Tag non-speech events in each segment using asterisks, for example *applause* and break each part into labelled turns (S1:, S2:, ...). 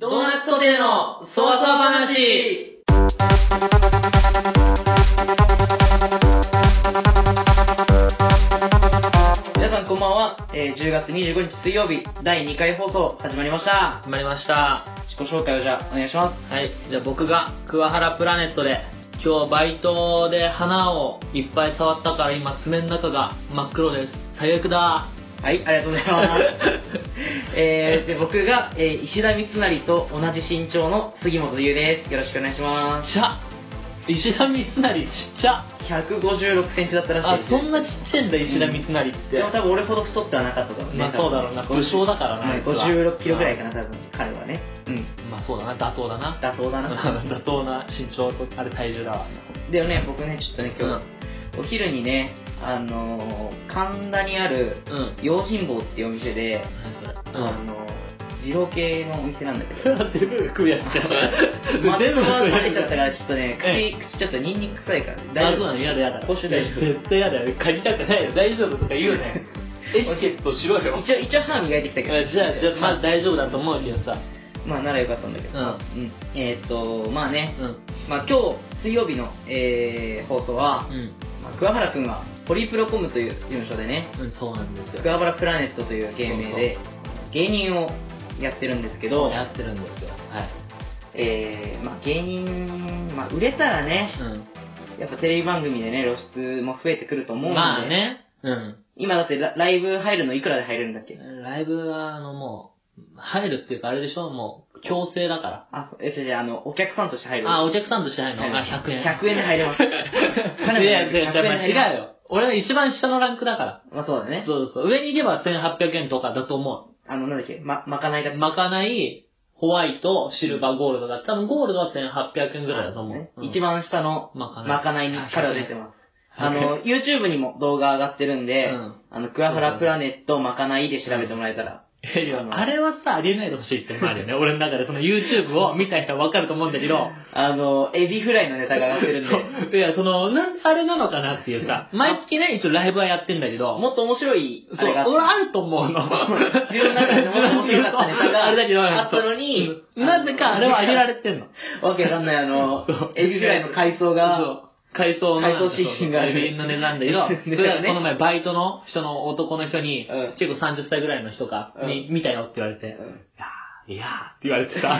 S1: 活動でのそわそわ話。
S2: 皆さんこんばんは、えー10月25日水曜日第2回放送始まりました
S1: 始まりました。
S2: 自己紹介をじゃあお願いします
S1: はい。じゃあ僕が、桑原プラネットで、今日バイトで花をいっぱい触ったから今爪の中が真っ黒です。最悪だ。
S2: はいありがとうございます *laughs* えー、で僕が、えー石田三成と同じ身長の杉本優ですよろしくお願いしま
S1: ちっちゃ。石田三成ちっちゃ。
S2: す156センチだったら
S1: あ
S2: しい、です
S1: そんなちっちゃいんだ、石田三成って。
S2: でも多分俺ほど太ってはなかったと思うね、
S1: まあそうだろうな、
S2: 多分
S1: 武将だからな。あいつは
S2: 56キロぐらいかな、多分、彼はね。うん。
S1: まあそうだな、妥当だな。
S2: 妥当だな。
S1: *laughs* 妥当な身長と、あれ体重だわ。
S2: でもね、僕ね、ちょっとね、今日、お昼にね、あのー、神田にある、
S1: うん。何
S2: 用心棒っていうお店で、
S1: それ。う
S2: あ
S1: ん。
S2: のー、二郎系のお店なんだけ
S1: それ
S2: ど、
S1: は全部食うやつじゃん。
S2: まあ、
S1: *laughs* 全部食う
S2: 食
S1: や
S2: べ
S1: つ
S2: ちゃったから、ちょっとね、
S1: え
S2: 口、口ちょっとニンニク臭いから、
S1: あ、
S2: 大
S1: そうな
S2: 丈夫
S1: の嫌だ嫌だ。
S2: 口臭大丈夫
S1: 絶対嫌だよ。嗅ぎたくないよ。大丈夫とか言うよね。エチケットしろよ。
S2: 一応、一応歯磨いてきたけど。
S1: じゃあ、じゃあ、まず大丈夫だと思うけどさ。
S2: まあ、ならよかったんだけど。
S1: う
S2: うん。えーっと、まあね、
S1: ん。うん。
S2: まあ今日、水曜日の、えー、放送は、まあ桑原くんがホリプロコムという事務所でね
S1: うん、そうなんですよ。
S2: 桑原プラネットという芸名で芸人をやってるんですけど、
S1: やってるんですよ。はい。
S2: えーまあ、芸人、まあ、売れたらねやっぱテレビ番組でね露出も増えてくると思う
S1: うんん。
S2: で、
S1: まあね。うん。
S2: 今だってラライブ入るのいくらで入れるんだっけ
S1: ライブは、あの、もう、入るっていうか、あれでしょもう、強制だか
S2: あそうえそれじゃああのお客さんとして入る
S1: ら。あ、お客さんとしてないの
S2: 入る
S1: あ、100円。
S2: 100円で入れます
S1: いやいや、違う、違うよ。俺は一番下のランクだか
S2: まあそうだ
S1: ら。
S2: ね
S1: そうそう。上に行けば1800円とかだと思
S2: あのなんだっけままかないだ
S1: う。まかない、ホワイト、シルバー、ゴールドだった。多分ゴールドは1800円ぐらいだと思
S2: ね
S1: う。うん
S2: 一番下の
S1: まかない。
S2: ま *laughs* かないに彼は出て
S1: ま
S2: ますあの、YouTube にも動画上がってるんで、
S1: うん
S2: あの、桑原プラネットまかないで調べてもらえたら。
S1: あれはさ、ありえないでほしいってのもあるよ
S2: *laughs*
S1: ね。俺の中でその YouTube を見た人はわかると思うんだけど、
S2: あの、エビフライのネタが上がってるんで、
S1: そう。いや、その、なん、あれなのかなっていうさ、毎月ね、一応ライブはやってんだけど、
S2: もっと面白い、
S1: そう、
S2: あれがあっ
S1: 俺あると思うの。
S2: た。 *laughs* 自分の中でもっと面白かったネ
S1: *laughs*
S2: タが
S1: あれだけど、
S2: あったのに、
S1: うんなぜかあれは上げら
S2: れ
S1: れてんの。
S2: わけわかんない、あの
S1: そう、
S2: エビフライの海藻が、
S1: そう。海藻の、
S2: 海藻シーンがある
S1: エビの値段だけど、そ
S2: *laughs* ね
S1: れはこの前バイトの人の男の人に
S2: うん、
S1: 結構30歳ぐらいの人が、
S2: うん
S1: に、見たよって言われて、
S2: うん
S1: いやーって言われてさ。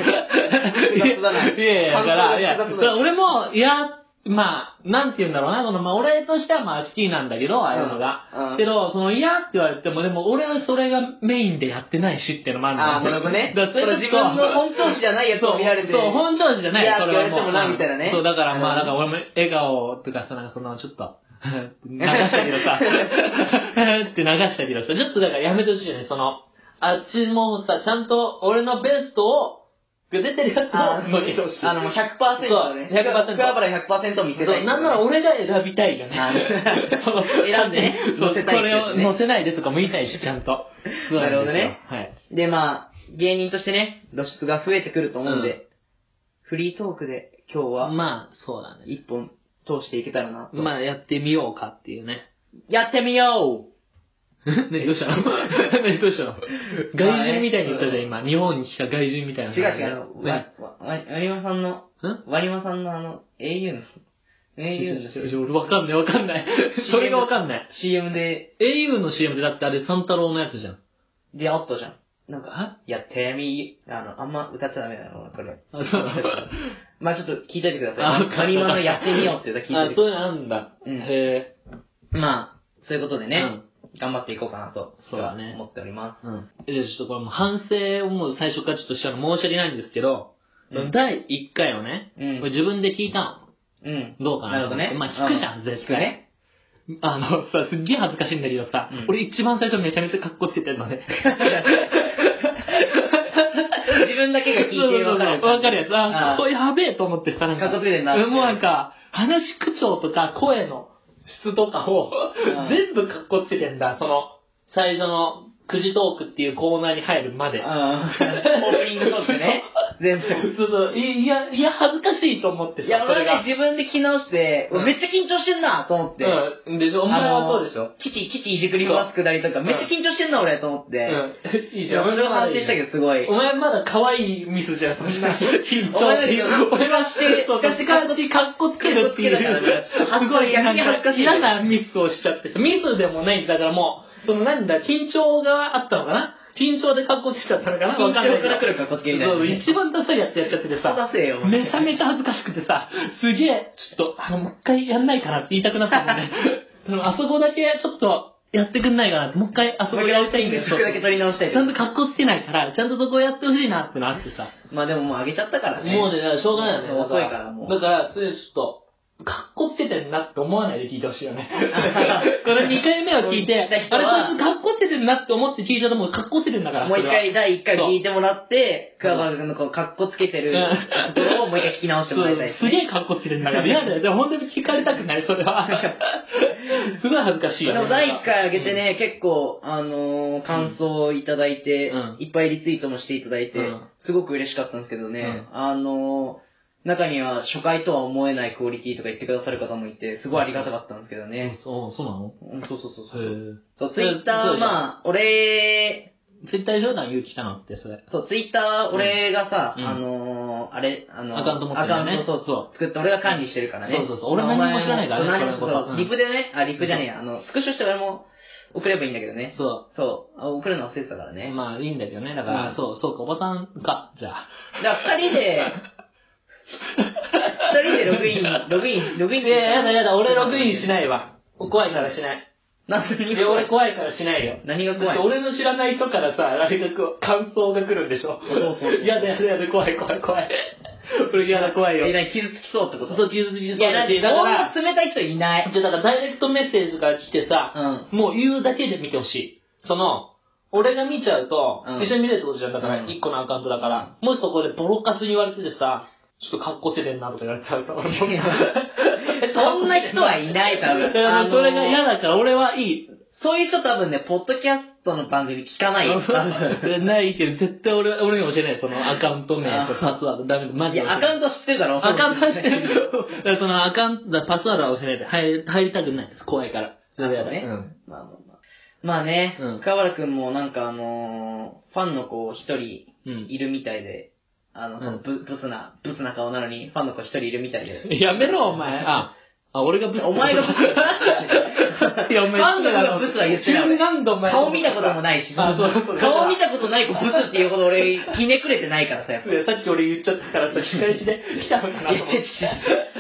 S2: 雑だない
S1: *laughs* やいや、だから、いや、だか
S2: 感想が複雑だ
S1: ら俺も、いや、まあ、なんて言うんだろうな、その、まあ、俺としてはまあ好きなんだけど、ああいうのが。
S2: うん
S1: けど、その、いやって言われても、でも俺はそれがメインでやってないしっていうのもあるんだよ
S2: あー、なるほどね。
S1: だから
S2: それ自分の本調子じゃないやつ
S1: そ
S2: を
S1: う、
S2: 見られて、
S1: そう、本調子じゃない
S2: いや
S1: それは
S2: って言われてもな
S1: うん
S2: みたいなね
S1: そう、だからま
S2: う
S1: あ、だ
S2: ん
S1: から俺も笑顔とかさ、なんかその、ちょっと、流したけどさ、って流したけどさ、ちょっとだからやめてほしいよね、その、あっちもさ、ちゃんと俺のベストを、が出てるやつ
S2: あ
S1: を
S2: ー
S1: 見せてほしい。
S2: あの、もう100%のね、
S1: そう100%
S2: 桑原100%を見せた
S1: そう
S2: い。
S1: なんなら俺が選びたいよね
S2: あー。
S1: その
S2: 選んでね
S1: そう
S2: 乗せたい
S1: こ
S2: って
S1: れ
S2: やつ
S1: を
S2: ね
S1: 乗せないでとかも言いたいし、ちゃんと。そうなんですよ
S2: なるほどね。
S1: はい。
S2: で、まあ、芸人としてね、露出が増えてくると思うんで、
S1: うん
S2: フリートークで今日は
S1: まあ、そうだね。
S2: 一本通していけたらなと。
S1: まあ、やってみようかっていう
S2: *laughs*
S1: ね。
S2: やってみよう
S1: 何どうした *laughs* の何どうしたの外人みたいに言ったじゃん、今。日本に来た外人みたいな。
S2: 違う違う、あの、わ
S1: ね、
S2: わ、わ、わりまさんの、
S1: ん
S2: わりまさんのあの、au の、au の
S1: 違う違う俺わかんないわかん
S2: *laughs*
S1: ない。それがわかんない。
S2: CM で
S1: au の CM でだってあれ、サンタロウのやつじゃん。
S2: 出会ったじゃん。なんか、
S1: あ
S2: やってみ、あの、あんま歌っちゃダメなの、これ。
S1: あ、そうなの
S2: *laughs* まあちょっと聞いといてくだ
S1: あ
S2: さい。わりまのやってみようっていうの聞い
S1: あ、
S2: て
S1: そういうのあんだ。
S2: うん
S1: へ
S2: まあ、そういうことで
S1: え。
S2: ね、頑張っていこうかなと、
S1: そうだね
S2: 思っております。
S1: うん。うん。じゃあちょっとこれもう反省をもう最初からちょっとしたの申し訳ないんですけど、
S2: うん
S1: 第1回をね、
S2: うん
S1: これ自分で聞いたの。
S2: うん。
S1: どうかな。
S2: なるほどね
S1: まあ聞くじゃん、絶
S2: 聞く
S1: 対。
S2: ね
S1: あのさ、すっげえ恥ずかしいんだけどさ、
S2: うん
S1: 俺一番最初めちゃめちゃ格好つけてんの *laughs* ね。
S2: *laughs* 自分だけが聞いて分かる。
S1: *laughs* わかるやつ。あ
S2: あー
S1: これやべえと思ってさ、なんか、
S2: 格好つけてんなって
S1: うんもうなんか、話し口調とか声の質とかを
S2: ん、
S1: 全部格好つけてんだ。その、最初の、くじトークっていうコーナーに入るまで。 *laughs*
S2: うん。オープニングトークね。全部。
S1: そうそう、いいや、いや、恥ずかしいと思って
S2: い
S1: さ、
S2: や、
S1: そ
S2: 俺
S1: れ
S2: だっ
S1: が
S2: て。自分で着直して、
S1: うん
S2: めっちゃ緊張してんなと思って。
S1: うん。で、お前はそうでしょ。
S2: キチキチいじくり回すくだりとか、
S1: うん
S2: めっちゃ緊張してんな俺と思って。
S1: うん。いい
S2: い
S1: じゃ
S2: や
S1: ん。
S2: 俺も反省し
S1: ど。
S2: たけど、すごい。
S1: お前まだ可愛いミスじゃん、そんな。緊張ってい
S2: お前だ
S1: う。
S2: け
S1: 俺はして、
S2: そう
S1: しかし、かっこつけるっていう
S2: かっこつけるから。ね逆に恥ずかしい
S1: 嫌なミスをしちゃって。ミスでもないんだからもう、そのなんだ、緊張があったのかな緊張でかっこつけちゃったのかなわ
S2: 緊張
S1: か
S2: か
S1: んないけど
S2: らくるからこっつけみたいな。
S1: そう、一番ダサいやつやっちゃっててさ。
S2: 出せよ。
S1: めちゃめちゃ恥ずかしくてさ、すげえ、ちょっと、あの、もう一回やんないかなって言いたくなったもん *laughs* ね。そのあそこだけちょっとやってくんないかなって、もう一回あそこやりたいんだよ。
S2: そこだけ取り直したい。
S1: ちゃんと格好つけないから、ちゃんとそこやってほしいなってのあってさ。
S2: まあでももう上げちゃったからね。
S1: もうね、だからしょうがないよね。
S2: そう
S1: だ
S2: 遅いからもう
S1: だから、それちょっと、格好つけてるなって思わないで聞いてほしいよ
S2: *laughs*
S1: ね。これ2回目を聞いて、
S2: そう
S1: あれ
S2: 言った人は
S1: こいつ格好つけてるなって思って聞いちゃったもん、格好つけてるんだから。
S2: もう一
S1: それは
S2: 回、第一回聞いてもらって、桑原君のこの格好つけて
S1: う
S2: る
S1: ん
S2: ところをもう一回聞き直してもらいたいです
S1: すげ
S2: ね。
S1: え格好つけてんだ
S2: *laughs*
S1: から嫌だよ。でも本当に聞かれたくない、それは。すごい恥ずかしい
S2: で
S1: よ、ね。
S2: も第一回上げてね、結構、あのー、感想をいただいて、
S1: うん
S2: いっぱいリツイートもしていただいて
S1: うん、
S2: すごく嬉しかったんですけどね、
S1: う
S2: あのー、中には初回とは思えないクオリティとか言ってくださる方もいて、すごいありがたかったんですけど
S1: うん。
S2: ね。
S1: そう、そうなの
S2: うんそうそうそうそう。
S1: へ
S2: そう、ツイッタ
S1: そう
S2: ー、
S1: でしょ
S2: まあ、俺、
S1: え。ツイッター上段言う来たのって、それ。
S2: そう、ツイッター、俺がさ、
S1: うん
S2: あのー、あれ、あのー、
S1: アカウント持ってるよね
S2: アカウント、そうそう、作って、俺が管理してるからね。
S1: そうそうそう俺何も知らないからね
S2: そう何も
S1: それこそ
S2: そううんリプでね、あ、リプじゃねえや、あの、スクショして俺も送ればいいんだけどね。
S1: そ
S2: そう、あ送るの忘れてたから
S1: う。
S2: ね。
S1: まあ、いいんだけどね。だから、
S2: うん
S1: そう、そうか、おばさんか、じゃあ。
S2: じゃあ、二人で、二人でログイン、ログイン、ログイン
S1: いや、やだやだ、俺ログインし
S2: い。
S1: ないわ。怖いからしない。
S2: 何が
S1: いや、俺怖いからしないよ。
S2: 何が
S1: だっ
S2: 怖い
S1: て俺の知らない人からさ、あれがこう、感想が来るんでしょ。
S2: そうそうそう
S1: やだやだやだ、怖い怖い怖い。俺嫌だ、怖いよ
S2: え、。何傷つきそうってこと
S1: そう、傷つきそう
S2: いや、
S1: だ
S2: だって
S1: し、だ
S2: そ
S1: か
S2: ん
S1: ら、
S2: な冷たい人いない。
S1: じゃあだからダイレクトメッセージから来て
S2: う
S1: さ、
S2: ん。
S1: もう言うだけで見てほしい。その、俺が見ちゃうと、
S2: うん
S1: 一緒に見れるってことじゃん。だか
S2: う
S1: ら、
S2: ん
S1: 一個のアカウントだから、もしそこでボロカスに言われててさ、ちょっと格好せてんなとか言われたらさ、
S2: *laughs*
S1: 俺も
S2: いやそんな人はいない、多 *laughs* 分。
S1: あのそれが
S2: あの
S1: 嫌だから、俺はいい。
S2: そういう人多分ね、ポッドキャストの番組聞かないよ。多
S1: *laughs*
S2: 分
S1: ないけど、絶対俺、俺にも教えない。そのアカウント名とパスワード、ダメだ、マ
S2: *laughs* い
S1: ジで教えな
S2: や、
S1: い。
S2: アカウント知ってるだろ。
S1: アカウントしてる。だからそのアカウント、だからパスワードは教えないで入り入りたくないです。怖いから。
S2: なるほど
S1: ね
S2: ね。 *laughs* まあまあまあ。まあね、
S1: うん
S2: 川原くんもなんかあのー、ファンの子一人
S1: うん。
S2: いるみたいで、あの、
S1: うん
S2: ブブスな、ブスな顔なのに、ファンの子一人いるみたいで。
S1: やめろ、お前。あ、あ俺がブス。
S2: お前がブス
S1: いや、お前、
S2: ファンの子がブスは言ってない俺
S1: 何度お前。
S2: 顔見たこともないし、
S1: あそうそう
S2: 顔見たことない子ブスっていうほど俺、ひねくれてないからさ、やっぱ。
S1: いやさっき俺言っちゃったからさ、仕返しで来たのかなと
S2: いや、
S1: 思って
S2: ち。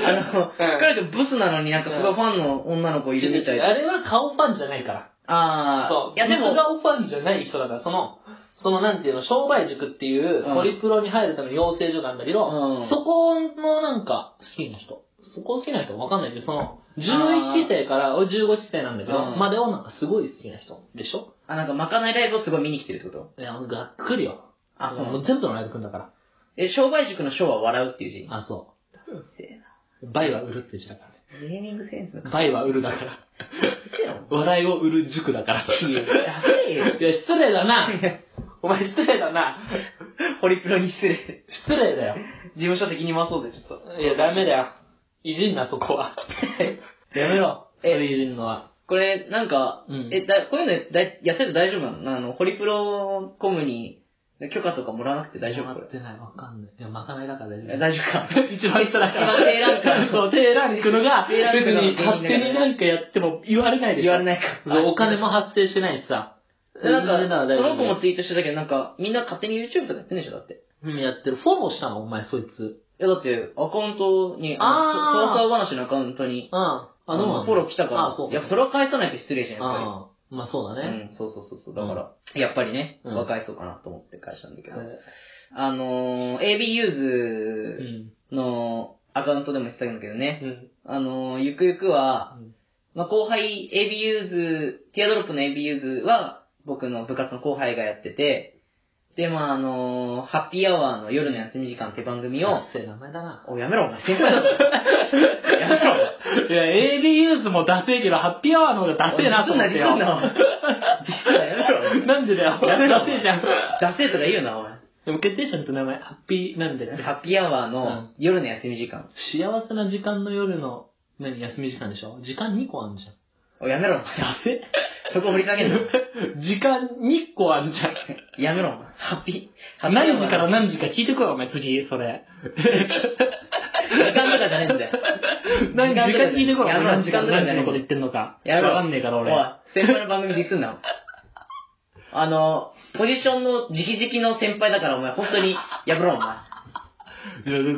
S2: あの、彼とブスなのになんかすごいファンの女の子いるみたいで。
S1: あれは顔ファンじゃないから。
S2: あ
S1: そう。
S2: ー。いや、でも、
S1: 顔ファンじゃない人だから、その、そのなんていうの、商売塾っていう
S2: うん、
S1: ホリプロに入るための養成所なんだけど、
S2: うん
S1: そこのなんか、好きな人。そこ好きな人わかんないけど、その、11期生から、俺15期生なんだけど、
S2: うん
S1: までをなんかすごい好きな人でしょ
S2: あ、なんかまかないライブをすごい見に来てるってこと
S1: いや、がっくりよ。
S2: あ、そ
S1: もう
S2: う。
S1: 全部のライブ組んだから。
S2: え、商売塾の商は笑うっていう字。
S1: あ、そ
S2: うんせえな
S1: う。バイは売るって字だからね。
S2: ネーミングセンスが。
S1: バイは売るだから。
S2: せえよ。
S1: 笑いを売る塾だから。
S2: いや *laughs* ダメよ。
S1: いや、失礼だな。お前失礼だな。
S2: *laughs* ホリプロに失礼。
S1: 失礼だよ。
S2: 事務所的に回そうぜ、ちょっと。
S1: いや、ダメだよ。いじんな、そこは。 *laughs* やめろ。 *laughs* そ
S2: え
S1: れいじんのは。
S2: これ、なんか、
S1: うん
S2: え、だ、こういうのだいやってると大丈夫なのあの、ホリプロコムに許可とかもらわなくて大丈夫
S1: わ
S2: こ
S1: かってない、わかんない。いや、まかないだ *laughs* から大
S2: れ。
S1: 丈
S2: え
S1: 夫。
S2: 大丈夫か。
S1: 一番下だから。
S2: 一番低ランク
S1: そう、低ランクのが、別
S2: 低ランクの
S1: に勝手になんかやっても言われないでし
S2: *laughs* 言
S1: ょ。
S2: われないか。
S1: そう、お金も発生してないしさ。
S2: な
S1: 全
S2: ん
S1: 然だ
S2: か、
S1: ら
S2: その
S1: 大
S2: 子
S1: 丈
S2: もツイートしてたけど、なんか、みんな勝手に YouTube とかやってんでしょだって。
S1: 夫うん、やってる。フォローしたの、お前、そいつ。
S2: いや、だって、アカウントに、
S1: あー
S2: のそうそう話のアカウントに、
S1: うん。あ、
S2: あ
S1: どうなの
S2: の、フォロー来たから、
S1: あ、そう。
S2: いや、それは返さないと失礼じゃん、やっ
S1: あ
S2: ぱ
S1: あ、まあそうだ
S2: り。
S1: ね。
S2: うん、そうそうそうそう。だから、やっぱりね、
S1: うん
S2: 若い人かなと思って返したんだけど。
S1: え
S2: あのー、AB
S1: ー
S2: ユーズのアカウントでも言ってたんだけどね、
S1: うん。うん。
S2: あのー、ゆくゆくは、
S1: うん
S2: まあ、後輩、AB ユーズ、ティアドロップの AB ユーズは、僕の部活の後輩がやってて、で、まあ、あのー、ハッピーアワーの夜の休み時間って番組を、
S1: せえ名前だな。
S2: お、やめろ、お
S1: *laughs*
S2: 前、先輩だぞ。
S1: い
S2: やめろ、お前。
S1: や、AB ユースもダセえけど、ハッピーアワーの方がダセえなと思ってよ。 *laughs*
S2: おいそんなに言うなお前やめろ、お前
S1: なんでだよ。
S2: やめろ
S1: ダセえじゃん。
S2: ダセーとか言うな、お前。
S1: でも決定者の名前、ハッピーなんで、
S2: ハッピーアワーの夜の休み時間。
S1: 幸せな時間の夜の、何、休み時間でしょ時間2個あんじゃん。
S2: おやめろ、お前
S1: やべ
S2: そこ振りかける
S1: 時間2個あんじゃん。
S2: の。やめろ、お前ハッピー。ハッピーア
S1: 何
S2: ワー
S1: 時から何時か聞いてこいよ、お前次、それ。
S2: 時間とかじゃねえんだよ。
S1: 何時間聞いてこいよ、お前
S2: やめろ
S1: 何時から何時のこと
S2: 時間とかじゃねえ
S1: 言ってんのか。
S2: やめろ
S1: わかんねえから、
S2: おい
S1: 俺。、
S2: 先輩の番組ディスんな。 *laughs* あの、ポジションの直々の先輩だから、お前、本当に、やめろ、お前。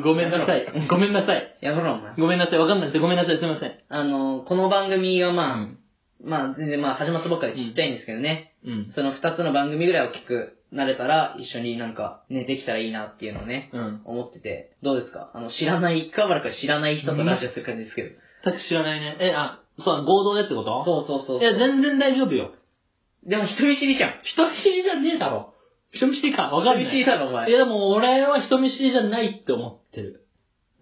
S1: ごめんなさい。ごめんなさい。
S2: やめろ、お前。
S1: ごめんなさい。わかんなくてごめんなさい。すいません。
S2: あの、この番組は
S1: う
S2: まあ、
S1: ん。
S2: まあ、全然まあ、始まったばっかりでちっちゃいんですけどね。
S1: うん。
S2: その二つの番組ぐらいを聞く、慣れたら、一緒になんか、ね、できたらいいなっていうのをね、
S1: うん。も
S2: 思ってて。どうですかあの、知らない、桑原くん知らない人とラジオする感じですけど。
S1: 全く知らないね。え、あ、そう、合同でってこと
S2: そうそうそう。
S1: いや、全然大丈夫よ。
S2: でも人見知りじゃん。
S1: 人見知りじゃねえだろ。人見知りか、わかん
S2: 人見
S1: な
S2: 知
S1: い。
S2: り
S1: い
S2: だろ、お前。い
S1: や、でも俺は人見知りじゃないって思ってる。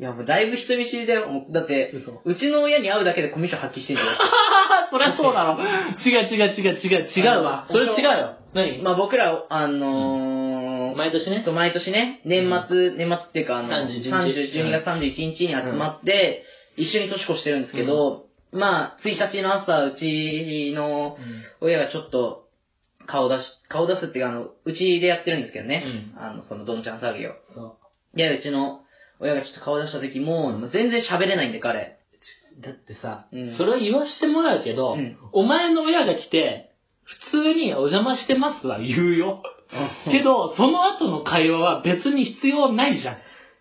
S2: や、もうだいぶ人見知りだよ。もうだって、
S1: 嘘。
S2: うちの親に会うだけでコミュ障発揮してんじゃ
S1: あ、 *laughs* そりゃそうだろ。違う違う違う違う違うわ。それ違うよ。何
S2: ん。まあ僕ら、あのー、
S1: 毎年ね。
S2: 毎年ね、年末、年末っていうか、あの、
S1: 31日
S2: 30 12月31日に集まって、一緒に年越してるんですけど、まあ、1日の朝、うちの親がちょっと、顔出し、顔出すっていうか、あの、うちでやってるんですけどね。
S1: うん
S2: あの、その、どんちゃん騒ぎを。
S1: そ
S2: で、うちの親がちょっと顔出した時も、もう全然喋れないんで、彼。
S1: う。だってさ、
S2: うん
S1: それを言わしてもらうけど、
S2: うん
S1: お前の親が来て、普通にお邪魔してますは言うよ。けど、その後の会話は別に必要ないじゃん。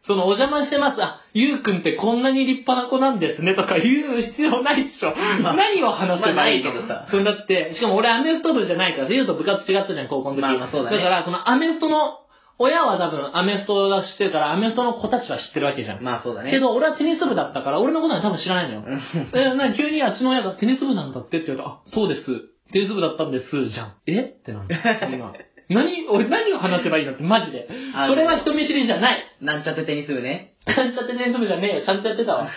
S1: その、お邪魔してます。あ、ゆうくんってこんなに立派な子なんですねとか言う必要ないでしょ。
S2: まあ
S1: 何を話せばいいの、
S2: まあないけどさ
S1: それだって、しかも俺アメフト部じゃないから、言うと部活違ったじゃん、高校の時。
S2: まあまあそうだね
S1: から、そのアメフトの、親は多分アメフトが知ってるから、アメフトの子たちは知ってるわけじゃん。
S2: *laughs* まあ、そうだね。
S1: けど、俺はテニス部だったから、俺のことは多分知らないのよ。
S2: うん、
S1: え、なに急にあっちの親がテニス部なんだってって言われた。あ、そうです。テニス部だったんです、じゃん。えってなんだ。そん
S2: *laughs*
S1: な。何、俺何を話せばいいのってマジで。
S2: あの
S1: それは人見知りじゃない。
S2: なんちゃってテニス部ね。
S1: ちゃんとテニス部じゃねえよ。ちゃんとやってた
S2: *laughs*
S1: わ。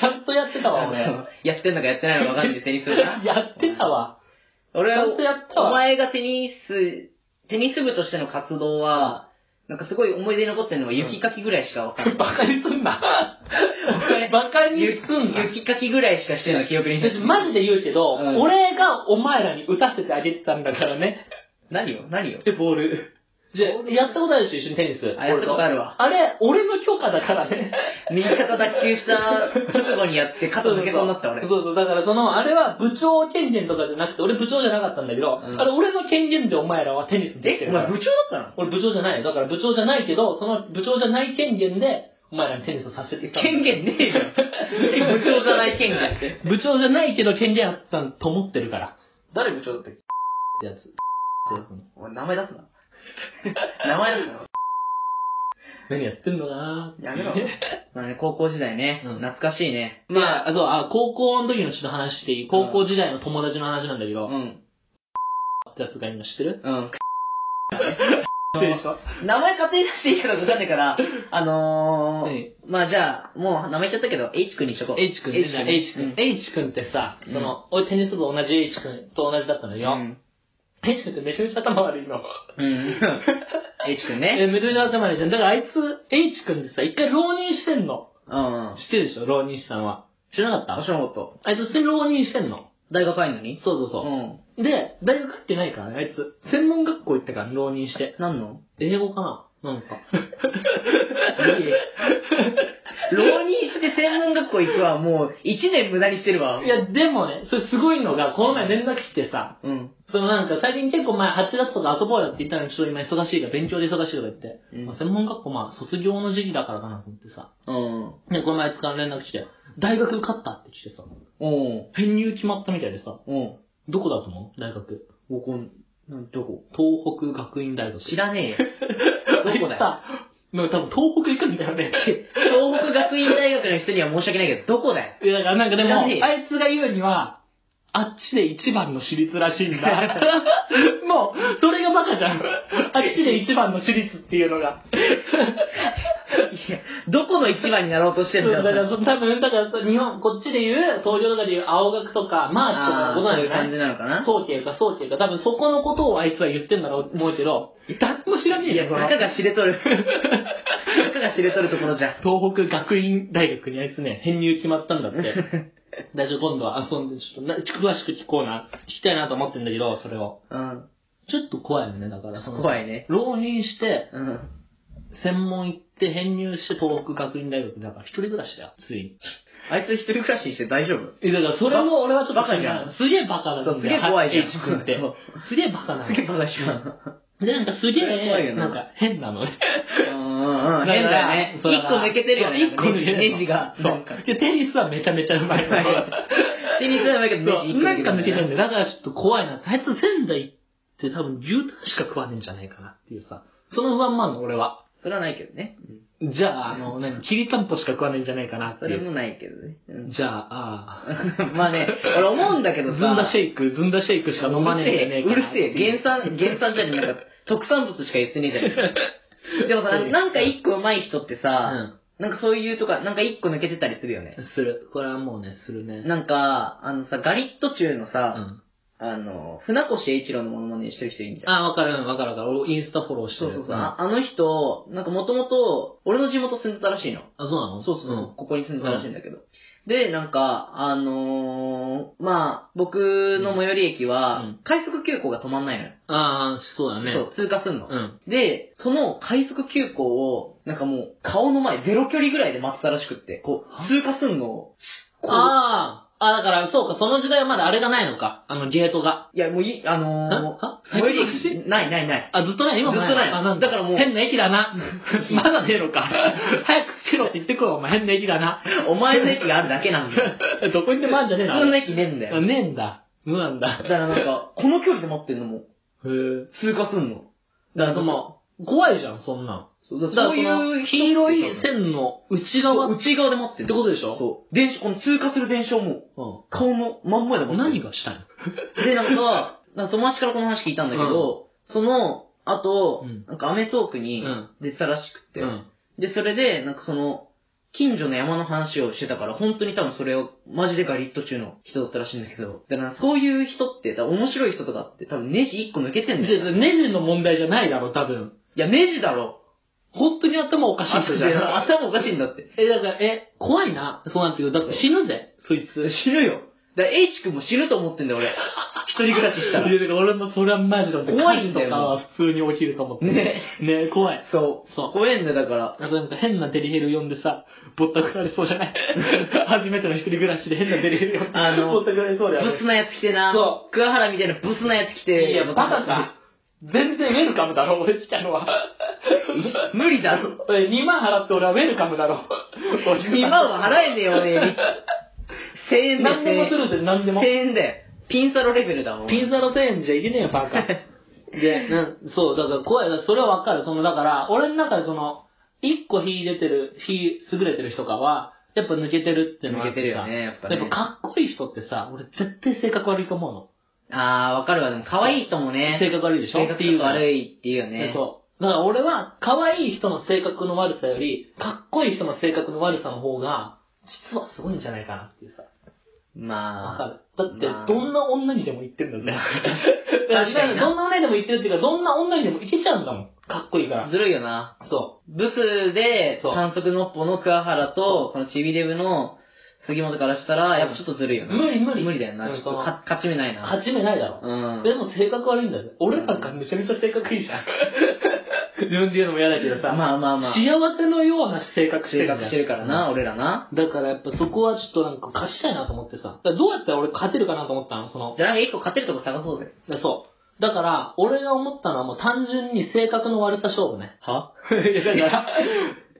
S1: ちゃんとやってたわ、俺。
S2: やってんのかやってないのか分かんないテニス部な。
S1: *laughs* やってたわ。
S2: 俺は
S1: ちゃんとやったわ
S2: お前がテニス、テニス部としての活動は、なんかすごい思い出に残ってるのは雪かきぐらいしかわかん *laughs* ない。
S1: バカにすんな。バカにすんな。
S2: 雪かきぐらいしかしてない記憶にしてる。
S1: マジで言うけど、
S2: うん
S1: 俺がお前らに打たせてあげてたんだからね。
S2: 何よ何よ
S1: え、ボール。じゃあ
S2: ボー、ル
S1: やったことあるでしょ、一緒にテニス。
S2: あ、やったことあるわ。
S1: あれ、俺の許可だからね。
S2: 右肩脱臼した直後にやって肩抜けそうになった俺。
S1: そうそう、だからその、あれは部長権限とかじゃなくて、俺部長じゃなかったんだけど、
S2: うん
S1: あれ俺の権限でお前らはテニスできて
S2: え、お
S1: るか
S2: 前
S1: ら
S2: 部。長だっ
S1: 俺部長じゃないよ。だから部長じゃないけど、その部長じゃない権限で、お前らにテニスをさせて
S2: たの権限ねえじゃん。 *laughs* え部長じゃない権限って。
S1: *laughs* 部長じゃないけど権限あったと思ってるから。
S2: 誰部長だったっけ
S1: ってやつ。
S2: お前名前出す *laughs* な。名前出すな。
S1: 何やってんのかな
S2: やめろ。まあね、高校時代ね、
S1: うん
S2: 懐かしいね。
S1: *laughs* まあ、あそう、あ、高校の時のちょっと話していい高校時代の友達の話なんだけど、
S2: うん。
S1: ってやつがいるの知ってる
S2: うん。
S1: 知ってるでしょ
S2: 名前勝手に出していいかどうかわかんないから、あのー、
S1: え
S2: まあじゃあ、もう名前言っちゃったけど、H 君にしとこう。
S1: H 君ね。じゃあ H 君。H 君ってさ、その、俺テニス部同じ H 君と同じだったの
S2: うん。
S1: よ。H 君ってめちゃめちゃ頭悪いの。
S2: うん。
S1: *laughs*
S2: うん。H 君
S1: え、
S2: ね。
S1: めちゃめちゃ頭悪いじゃん。だからあいつ、H 君ってさ、一回浪人してんの。
S2: うん。
S1: 知ってるでしょ浪人したんは。知らなか
S2: お
S1: っ
S2: しのこと。
S1: たあいつ普通に浪人してんの。
S2: 大学入んのに
S1: そうそう
S2: う
S1: そう。
S2: ん。
S1: で、大学行ってないからね、あいつ。専門学校行ったから、浪人して。
S2: 何の
S1: 英語かななんか。
S2: *laughs* 浪人して専門学校行くはもう、一年無駄にしてるわ。
S1: いや、でもね、それすごいのが、この前連絡来てさ、
S2: うん。
S1: そのなんか最近結構前8月とか遊ぼうよって言ったのにちょっと今忙しいから勉強で忙しいとか言って、
S2: うん
S1: まあ専門学校まあ卒業の時期だからかなと思ってさ、
S2: うん。
S1: で、この前あいつから連絡来て、大学受かったって来てさ、
S2: うん。
S1: 編入決まったみたいでさ、
S2: うん。
S1: どこだと思う大学。
S2: ここ、なんどこ
S1: 東北学院大学。
S2: 知ら
S1: *laughs*
S2: ねえよ。どこだ
S1: あいつ
S2: よ。
S1: さなんか多分東北行くんだよね。
S2: 東北学院大学の人には申し訳ないけど、どこだよ。
S1: いや、だからなんかで
S2: 知らねえ
S1: も、
S2: よ
S1: あいつが言うには、あっちで一番の私立らしいんだ。 *laughs* もう、それがバカじ *laughs* ゃん。あっちで一番の私立っていうのが。
S2: いや、どこの一番になろうとしてるんだ
S1: だ
S2: よ。
S1: から、そ多分、だから、日本、こっちで言う、東京とかで言う、青学とか、マーチとかの
S2: あ
S1: こ
S2: ー
S1: とな
S2: そ
S1: ん
S2: うい
S1: じゃ
S2: う
S1: な
S2: 感
S1: い
S2: じなのかな
S1: そう慶かそう慶か、多分そこのことをあいつは言ってんだろうと思うけど、誰も知らねえ
S2: いや、
S1: よ、この
S2: たかが知れとる。たかが知れとるところ
S1: *laughs*
S2: じゃ。
S1: 東北学院大学にあいつね、編入決まったんだ
S2: *laughs*
S1: って。大丈夫、今度は遊んで、ちょっとな、詳しく聞こうな、聞きたいなと思ってんだけど、それを。
S2: うん。
S1: ちょっと怖いよね、だから、その、
S2: 怖いね。
S1: 浪人して、
S2: うん。
S1: 専門行って、編入して東北学院大学だから、一人暮らしだよ、ついに。
S2: あいつ一人暮らしにして大丈夫
S1: え、だからそれも俺はちょっと
S2: バカじゃん
S1: すげえバカだ
S2: そ
S1: と思
S2: う、
S1: う
S2: す
S1: んだ
S2: げえ
S1: よ
S2: 怖いじゃん。
S1: は H 君って。すげえバカなの。
S2: すげえバカじゃ
S1: で、なんかすげ
S2: それは怖
S1: え、
S2: いよ
S1: な
S2: なん
S1: か変なのね。
S2: ん。うん、変だよね。一個抜けてるよね。
S1: 一個抜けてるの
S2: ネジが。
S1: そ
S2: なん
S1: う
S2: か。
S1: で、テニスはめちゃめちゃうまいの。
S2: はいテニスはうまいけど、ネジ一
S1: そう
S2: 個
S1: なんか抜けてるん
S2: ね
S1: だよ。だからちょっと怖いな。あいつ仙台って多分牛タンしか食わねえんじゃないかなっていうさ。その不安もあるの、俺は。
S2: それはないけどね。
S1: じゃあ、あの、何、きりたんぽしか食わねえんじゃないかなって
S2: そ
S1: い
S2: れ
S1: う。
S2: もないけどね。うん
S1: *laughs* じゃあ、ああ。
S2: まあね、俺思うんだけ
S1: ず
S2: どさ。
S1: んだシェイク、ずんだシェイクしか飲まねえんじゃねえか
S2: う
S1: な
S2: るせえ。うるせえ。原産、原産じゃねえなんか、特産物しか言ってねえじゃね *laughs* えか。でもさ、なんか一個上手い人ってさ、なんかそういうとか、なんか一個抜けてたりするよね
S1: う。ん。する。これはもうね、するね。
S2: なんか、あのさ、ガリット中の
S1: う
S2: さ、
S1: ん。
S2: あの、船越英一郎のモノマネしてる人いるじゃん。
S1: あ、わかる、わかるわかる。俺、インスタフォローして
S2: そう
S1: る。
S2: そうそう。
S1: んあ、
S2: ああの人、なんかもともと、俺の地元住んでたらしいの。
S1: そうなの
S2: そうそうそう、ここに住んでたらしいんだけど。で、なんか、あのー、まあ、僕の最寄り駅は、
S1: うん
S2: 快速急行が止まんないのよ。
S1: ん。ああ、そうだね。
S2: そう、通過すんの。
S1: うん。
S2: で、その快速急行を、なんかもう、顔の前、ゼロ距離ぐらいで待ってたらしくって、こう、通過すんのを、こう
S1: ああ、あ、だから、そうか、その時代はまだあれがないのか。あの、ゲートが。
S2: いや、もういい、あのー、
S1: あ
S2: 最寄り駅、ないないない。 *laughs*
S1: あ、ずっとない今も
S2: ずっとない
S1: あ、なん
S2: だからもう
S1: 変な駅だ
S2: *laughs*
S1: な。まだねえのか。早くしろって言ってこい、お前変な駅だな。
S2: お前の駅があるだけなんだ
S1: *laughs*
S2: よ。
S1: どこにでもあんじゃねえ
S2: 自
S1: な。
S2: 分の駅ねえんだよ。
S1: ねえんだ。無なんだ
S2: だ。からなんか、この距離で待ってんのも、
S1: へえ。
S2: 通過すんの。
S1: だからまあ、怖いじゃん、そんなん。
S2: そうだ
S1: だ
S2: か
S1: からら
S2: そ
S1: そ
S2: うい
S1: の、
S2: う
S1: 黄色い
S2: 線
S1: 線の内側
S2: が
S1: って
S2: 内側で待ってんの。
S1: ことでしょ
S2: そう。電車、この通過する電車をもう、
S1: う
S2: 顔の真ん前で
S1: ん。
S2: 待って
S1: 何
S2: る。
S1: がしたいの
S2: で、なんか、なんか友達からこの話聞いたんだけど、その、あと、
S1: うん
S2: なんかアメトークに
S1: うん
S2: 出てたらしくて、
S1: うん。
S2: で、それで、なんかその、近所の山の話をしてたから、本当に多分それを、マジでガリット中の人だったらしいんだけど、だからそういう人って、多分面白い人とかって、多分ネジ1個抜けてんだよ。
S1: ネジの問題じゃないだろ、多分。
S2: いや、ネジだろ
S1: 本当に頭おかしい人じゃん。
S2: 頭おかしいんだって。
S1: え、だから、え、怖いな。そうなんていうだって死ぬぜ、そ *laughs* いつ。
S2: 死ぬよ。だから、H 君も死ぬと思ってんだよ、俺。一人暮らししたら。
S1: いや、だから俺もそれはマジだって。
S2: 怖いんだよ
S1: 火事とかは普通に起きると思って。
S2: ね。
S1: ね怖い。
S2: そ
S1: そう
S2: う。ごめんね、だから。
S1: あとなんか変なデリヘル呼んでさ、ぼったくられそうじゃない *laughs* 初めての一人暮らしで変なデリヘル呼んで。
S2: あの
S1: ぼったくられそうだよ
S2: ブ
S1: ね
S2: ス。なやつ来てな。。
S1: そう
S2: 桑原みたいなブスなやつ来て。
S1: いや、バカか。。全然ウェルカムだろ、俺来たのは。
S2: 無理だ *laughs* ろ。
S1: 俺2万払って俺はウェルカムだろ。
S2: 2万は払えねえよ、 *laughs* ね。1000円だよ。
S1: 何でもするぜ、何でも
S2: 1000。円だよ。ピンサロレベルだもん。
S1: ピンサロ1000円じゃいけねえよ、バカ。 *laughs* で、うん、そう、だから怖い、だからそれはわかる。その、だから、俺の中でその、一個秀出てる、秀、優れてる人とかは、やっぱ抜けてるっていうのがあってさ
S2: 抜けてるよねやっぱね
S1: やっぱかっこいい人ってさ、俺絶対性格悪いと思うの。
S2: あー、わかるわ。でも、可愛い人もね。
S1: 性格悪いでしょ
S2: 性格悪いっていうよね。
S1: そう。だから俺は、可愛い人の性格の悪さより、かっこいい人の性格の悪さの方が、実はすごいんじゃないかなっていうさ。わ
S2: ま
S1: か
S2: あ。
S1: る。だって、
S2: まあ
S1: どんな女にでも言ってるんだぜ。
S2: *laughs* 確かにな
S1: どんな女にでも言ってるっていうか、どんな女にでもいけちゃうんだもん。かっこいいから。
S2: ずるいよな。
S1: そ
S2: ブスで、
S1: そう
S2: 反則のっぽの桑原と、このチビデブの杉本からしたら、やっぱちょっとずるいよな。
S1: 無理無理
S2: 無理だよな。
S1: うん
S2: ちょっと
S1: その。
S2: か勝ち目ないうな。
S1: 勝ち目ないだろ。
S2: うん。
S1: でも性格悪いんだぜ。俺なんかめちゃめちゃ性格いい
S2: *laughs*
S1: じゃん。自分で言うのも嫌だけどさ。
S2: まあまあまあ。
S1: 幸せのような性格してる
S2: 性
S1: じゃん
S2: 格してるからな、俺らな。
S1: だからやっぱそこはちょっとなんか勝ちたいなと思ってさ。だからどうやったら俺勝てるかなと思ったのその、
S2: じゃあなんか一個勝てるとこ探そうぜ。
S1: でそう。だから、俺が思ったのはもう単純に性格の悪さ勝負ね。
S2: はい
S1: やだから、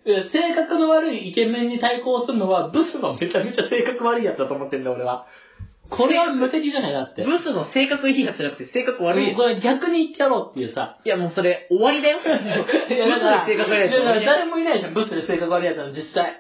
S1: いや性格の悪いイケメンに対抗するのはブスのめちゃめちゃ性格悪いやつだと思ってんだ俺は。これは無敵じゃないなって。
S2: *laughs* ブ
S1: もう
S2: スの性格いいやつじゃなくて性格悪いやつ。
S1: これ逆に言ってやろうっていうさ。
S2: いやもうそれ終わりだよ。 *laughs* ブス
S1: いやだから、
S2: の性格悪いやつ
S1: だ
S2: 終
S1: か
S2: わ
S1: ら
S2: りだよ。
S1: 誰もいないじゃん、ブスで性格悪いやつの実際。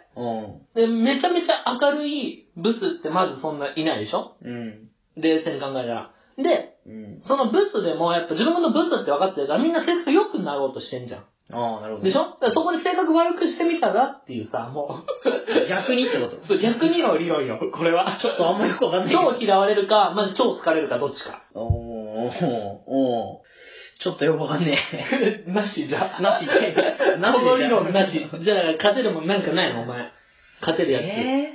S1: で、めちゃめちゃ明るいブスってまずそんないないでしょ
S2: うん。
S1: 冷静に考えたら。で、
S2: うん。
S1: そのブスでもやっぱ自分のブスって分かってるからみんな性格良くなろうとしてんじゃん。
S2: ああ、なるほど。
S1: でしょだからそこで性格悪くしてみたらっていうさ、も
S2: 逆にってこ
S1: う、*laughs*
S2: と
S1: そう逆にの理論よ、これは。
S2: ちょっとあんまよくわかんないけど。
S1: 超嫌われるか、まず超好かれるかどっちか。
S2: おー、おー、ちょっとよくわかんね
S1: *laughs*
S2: *laughs*
S1: なしじゃ
S2: え。。なしで。なし
S1: この
S2: で
S1: 理
S2: じゃん。
S1: 論なし。じゃあ、勝てるもんなんかないのお前。勝てるやつ。
S2: えー、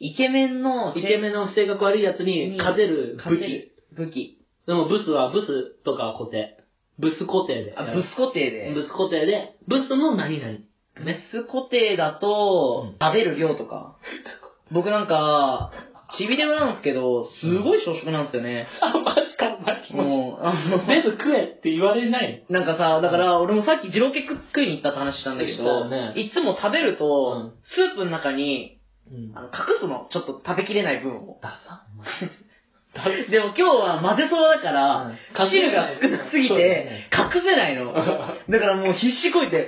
S2: イケメンの、
S1: イケメンの性格悪いやつに勝てる武
S2: 勝て
S1: 器。
S2: る武器。
S1: でもブスはブスとかは固定。ブス固定で。
S2: あ、ブス固定で。
S1: ブス固定で、ブスの何々。
S2: メス固定だと、
S1: うん
S2: 食べる量と *laughs* か。僕なんか、ちびでもなんですけど、すごい小食なんですよね。
S1: あ、マジか、マジも
S2: もう、あ
S1: う
S2: の、
S1: 全部食えって言われない
S2: なんかさ、だから俺もさっき二郎系食いに行ったって話したんだけ
S1: したよ
S2: ど、
S1: ね
S2: いつも食べる
S1: う
S2: と、スープの中に、
S1: うん。
S2: あの隠すの、ちょっと食べきれない分を。
S1: ダサ、お前。
S2: でも今日は混ぜそばだから、
S1: うん
S2: 汁が少なすぎ
S1: そうだね
S2: て、隠せないの。だからもう必死こいて、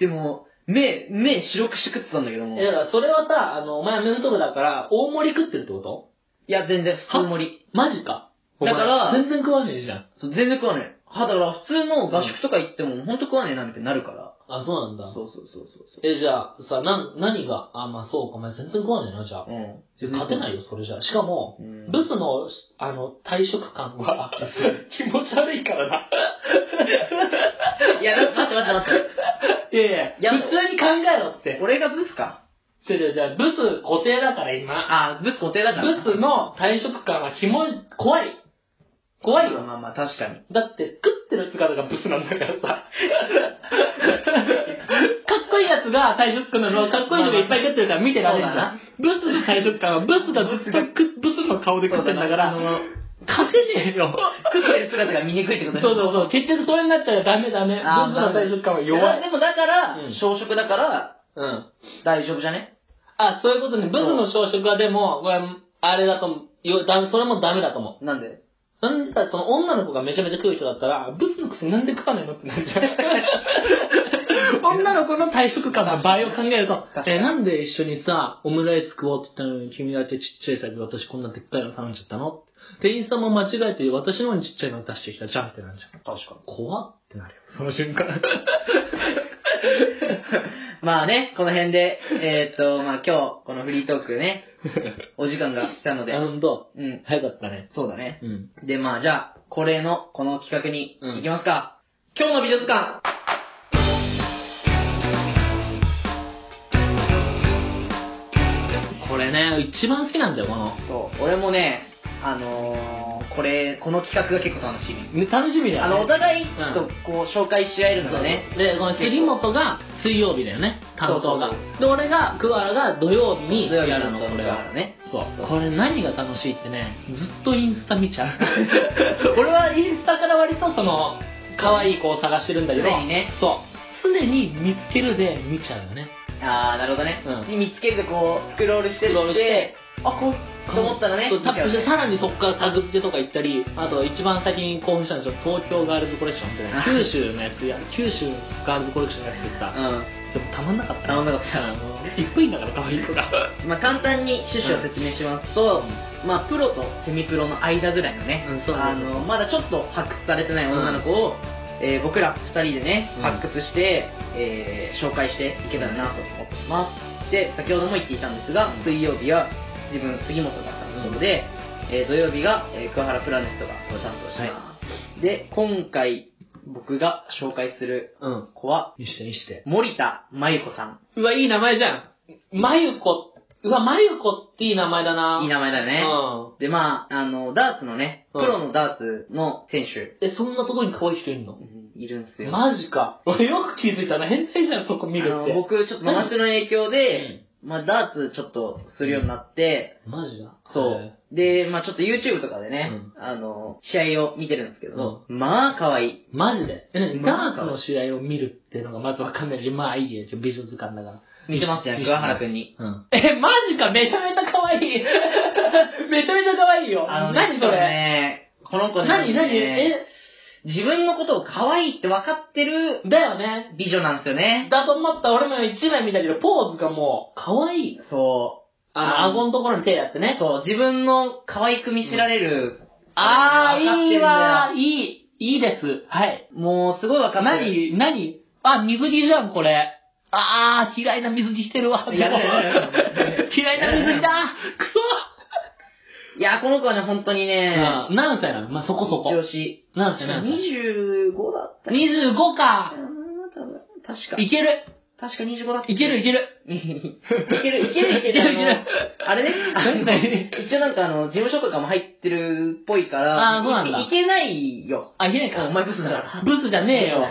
S2: でもう、目、目白くして食ってたんだけども。
S1: え、だからそれはさ、あの、お前はメルト部だから、大盛り食ってるってこと
S2: いや、全然、普通盛り。
S1: マジか。
S2: だから
S1: お前全然食わねえじゃん。
S2: そう全然食わねえ。は、だから普通の合宿とか行っても、ほんと食わねえな、みたいになるから。
S1: あ、そうなんだ。
S2: そうそうそうそうそう。
S1: え、じゃあ、さ、なん、何が、あ、まあそうか、お前全然食わねえな、じゃあ。
S2: うん。
S1: 勝てないよ、それじゃあ。しかも、
S2: うん
S1: ブスの、あの、退職感は、 *laughs* 気持ち悪いからな。
S2: いや、待って待って待っ
S1: いやいや、
S2: いや。
S1: 普通に考えろって
S2: *laughs*
S1: て。
S2: 俺がブスか。
S1: じゃじゃじゃブス固定だから今。
S2: あ、ブス固定だから。
S1: ブスの退職感は気も、怖い。怖いよ。
S2: まあまあ、確かに。
S1: だって、食ってる姿がブスなんだ *laughs* からさ。かっこいいやつが退職感なの、かっこいいのがいっぱい食ってるから見てられるじゃん。ブスの退職感は、ブスがずっと食ブスの顔で食ってるんだか
S2: あ
S1: ら、
S2: の
S1: 勝てねえよ。
S2: 食ってる姿が醜いってこと
S1: そうそうそう。結局それになっちゃうよ。ダメダメ。ブス
S2: あー
S1: の退職感は弱
S2: 弱い。
S1: い。
S2: でもだから
S1: うん、
S2: 小食だから、
S1: うん。
S2: 大丈夫じゃね
S1: あ、そういうことね。ブスの小食はでも、これ、あれだと思うよ。だそれもダメだと思う。
S2: なんで
S1: なんでさ、その女の子がめちゃめちゃ食う人だったら、ブスのくせになんで食わないのってなるじゃん。 *laughs* 女の子の退職感の場合を考えると
S2: 確か、に
S1: え、なんで一緒にさ、オムライス食おうって言ったのに、君だけちっちゃいサイズ、私こんなでっかいの頼んじゃったの店員さんも間違えて、私の方にちっちゃいの出してきたじゃんってなるじゃん。
S2: 確か
S1: 怖ってなるよ、その瞬 *laughs* 間。
S2: に。まあね、この辺で、えーっと、まあ今日、このフリートークね、お時間が来たので、
S1: ラウンド、
S2: うん、
S1: 早かったね。
S2: そうだね。
S1: うん。
S2: で、まあじゃあ、恒例のこの企画に
S1: うん
S2: 行きますか。今日の美術館
S1: これね、一番好きなんだよ、この。
S2: そう、俺もね、あのー、これ、この企画が結構楽しみ。
S1: ね楽しみだよ、ね。
S2: あの、お互い、ちょっとこう、紹介し合えるのがね、
S1: で、この杉本が水曜日だよね、担当が
S2: そうそう。
S1: で、俺が、桑原が土曜日に
S2: 土曜日
S1: や
S2: や
S1: る
S2: る
S1: の、
S2: の
S1: これは。
S2: ね。
S1: そう。これ何が楽しいってね、ずっとインスタ見ちゃう。 *laughs* 俺はインスタから割とその、可愛い子を探してるんだけど、
S2: 常にね
S1: そう。常に見つけるで見ちゃうよね。
S2: あー、なるほどね。
S1: うん
S2: で見つけるとこう、スクロールしてって、
S1: スクロールして
S2: あ、こう、と思ったらね、
S1: そうタップして、
S2: 見ち
S1: さ
S2: ゃうね
S1: らにそこからタグってとか行ったり、あと一番先に興奮したのはちょっと東京ガールズコレクションみたいな、*laughs*
S2: あ
S1: 九州のやつや、九州ガールズコレクションやってさ、それもたまんなかった
S2: たまんなかった
S1: あのいっぷいんだから可愛い子が
S2: *laughs* うん。まあ、簡単に趣旨を説明しますと、まあ、プロとセミプロの間ぐらいのね、
S1: うんそうそうそう
S2: あの、まだちょっと発掘されてない女の子を、えー僕ら二人でね
S1: うん、
S2: 発掘して、えー紹介していけたらなと思ってます。で、先ほども言っていたんですが、水曜日は自分、杉本が担当で、えー土曜日が、えー桑原プラネットが担当してます。で、今回僕が紹介する
S1: うん
S2: 子は、
S1: 見して見して
S2: 森田真由子さん。
S1: うわいい名前じゃんまゆこうわまゆこっていい名前だない
S2: い名前だよね。
S1: う
S2: で、まあ、あの、ダーツのね、
S1: う
S2: プ
S1: ん
S2: ロのダーツの選手、
S1: んえそんなとこに可愛い人いるの
S2: うんいるんですよ。
S1: マジか俺よく気づいたな変態じゃんそこ見る
S2: あ
S1: っ
S2: の
S1: て
S2: 僕、ちょっと友達の影響で、まあ、ダーツちょっとするようになって、
S1: マジだ
S2: そう。で、まあ、ちょっと YouTube とかでね、
S1: う
S2: あの、試合を見てるんですけど、まあ、可愛い。
S1: マジでえ何
S2: ま
S1: ダ
S2: あ
S1: ーツの試合を見るっていうのがまずわかんないしまあいいや美術館だから
S2: 見てますじゃん、桑原くんに。
S1: うんえ、マジかめちゃめちゃ
S2: *laughs*
S1: 可愛いめちゃめちゃ可愛いよ
S2: あのね、
S1: 何それ
S2: ね、この子ね、
S1: 何何え、
S2: 自分のことを可愛いって分かってる
S1: だよね。
S2: 美女なんですよね。
S1: だと思った俺も一枚見たけど、ポーズがもう、可愛い。
S2: そ
S1: あの、
S2: あー
S1: 顎のところに手やって
S2: う。
S1: ね。
S2: そう、自分の可愛く見せられる。
S1: あー、いいわ
S2: 分かって
S1: ー、
S2: んだよ
S1: いい、いいです。はい。
S2: もう、すごい分かって
S1: 何、
S2: る。
S1: 何、あ、水着じゃん、これ。あー、嫌いな水着してるわ。でも
S2: やだやだやだ
S1: 嫌いな水着だく
S2: いや、この子はね、本当に
S1: そ
S2: ね、
S1: 何歳なのまあ、そこそこ。
S2: 女子。
S1: 何歳何歳
S2: 25だったか
S1: ?25 か
S2: な多分確か。
S1: いける
S2: 確か25だった。
S1: いけるいける
S2: いける、いける、いける、
S1: いけるいける
S2: あのあれね、
S1: *laughs* 何
S2: あの一応なんかあの、事務所とかも入ってるっぽいから、
S1: あーそうなんだ
S2: いいけないよ。
S1: あ、いけない
S2: お
S1: か。
S2: 前ブスだから。
S1: ブスじゃねえよ。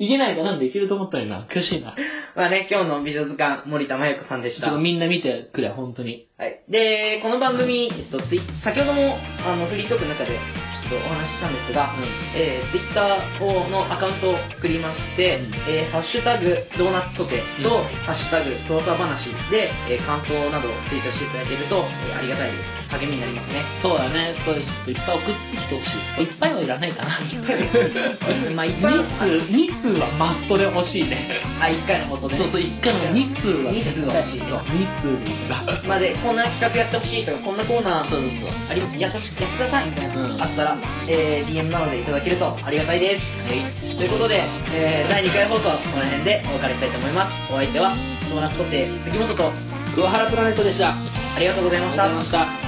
S1: いけないかなんでいけると思ったのにな。悔しいな。
S2: まあね、今日の美女図鑑、森田真由子さんで
S1: ち
S2: し。
S1: ょったと
S2: は
S1: みんな見てくれ、本当に。
S2: い。で、この番組、えっと、ツイ先ほども、あの、フリートークの中で、ちょっとお話ししたんですが、えー、ツイッターをのアカウントを作りまして、
S1: うん
S2: えーハッシュタグ、ドーナツソテーと、
S1: うん
S2: ハッシュタグ、操作話で、えー感想などをツイートしていただけると、えーありがたいです。励みになりますね。
S1: そうだね。そうです。ちょっといっぱい送ってきてほしい。いっぱいはいらない
S2: *laughs*
S1: かな。
S2: まあ、いっぱい、
S1: 日数、日数はマストで欲しいね。
S2: あ、一回のことね。
S1: そうそう、一回の日数は
S2: 日数は欲しいね
S1: そう日数でいいから。
S2: まあで、こんな企画やってほしいとか、こんなコーナー、
S1: そうそう
S2: ありやってほしやってくださいみたいな、
S1: うん
S2: あったら、えー、DM などでいただけるとありがたいです。
S3: はい
S2: ということで、えー、第2回放送はこの辺でお別れしたいと思います。お相手は、ドーナツソテー、杉本
S1: そう。
S2: と、
S1: 桑原プラネットでした。あ
S2: ありがとうございました。
S1: した。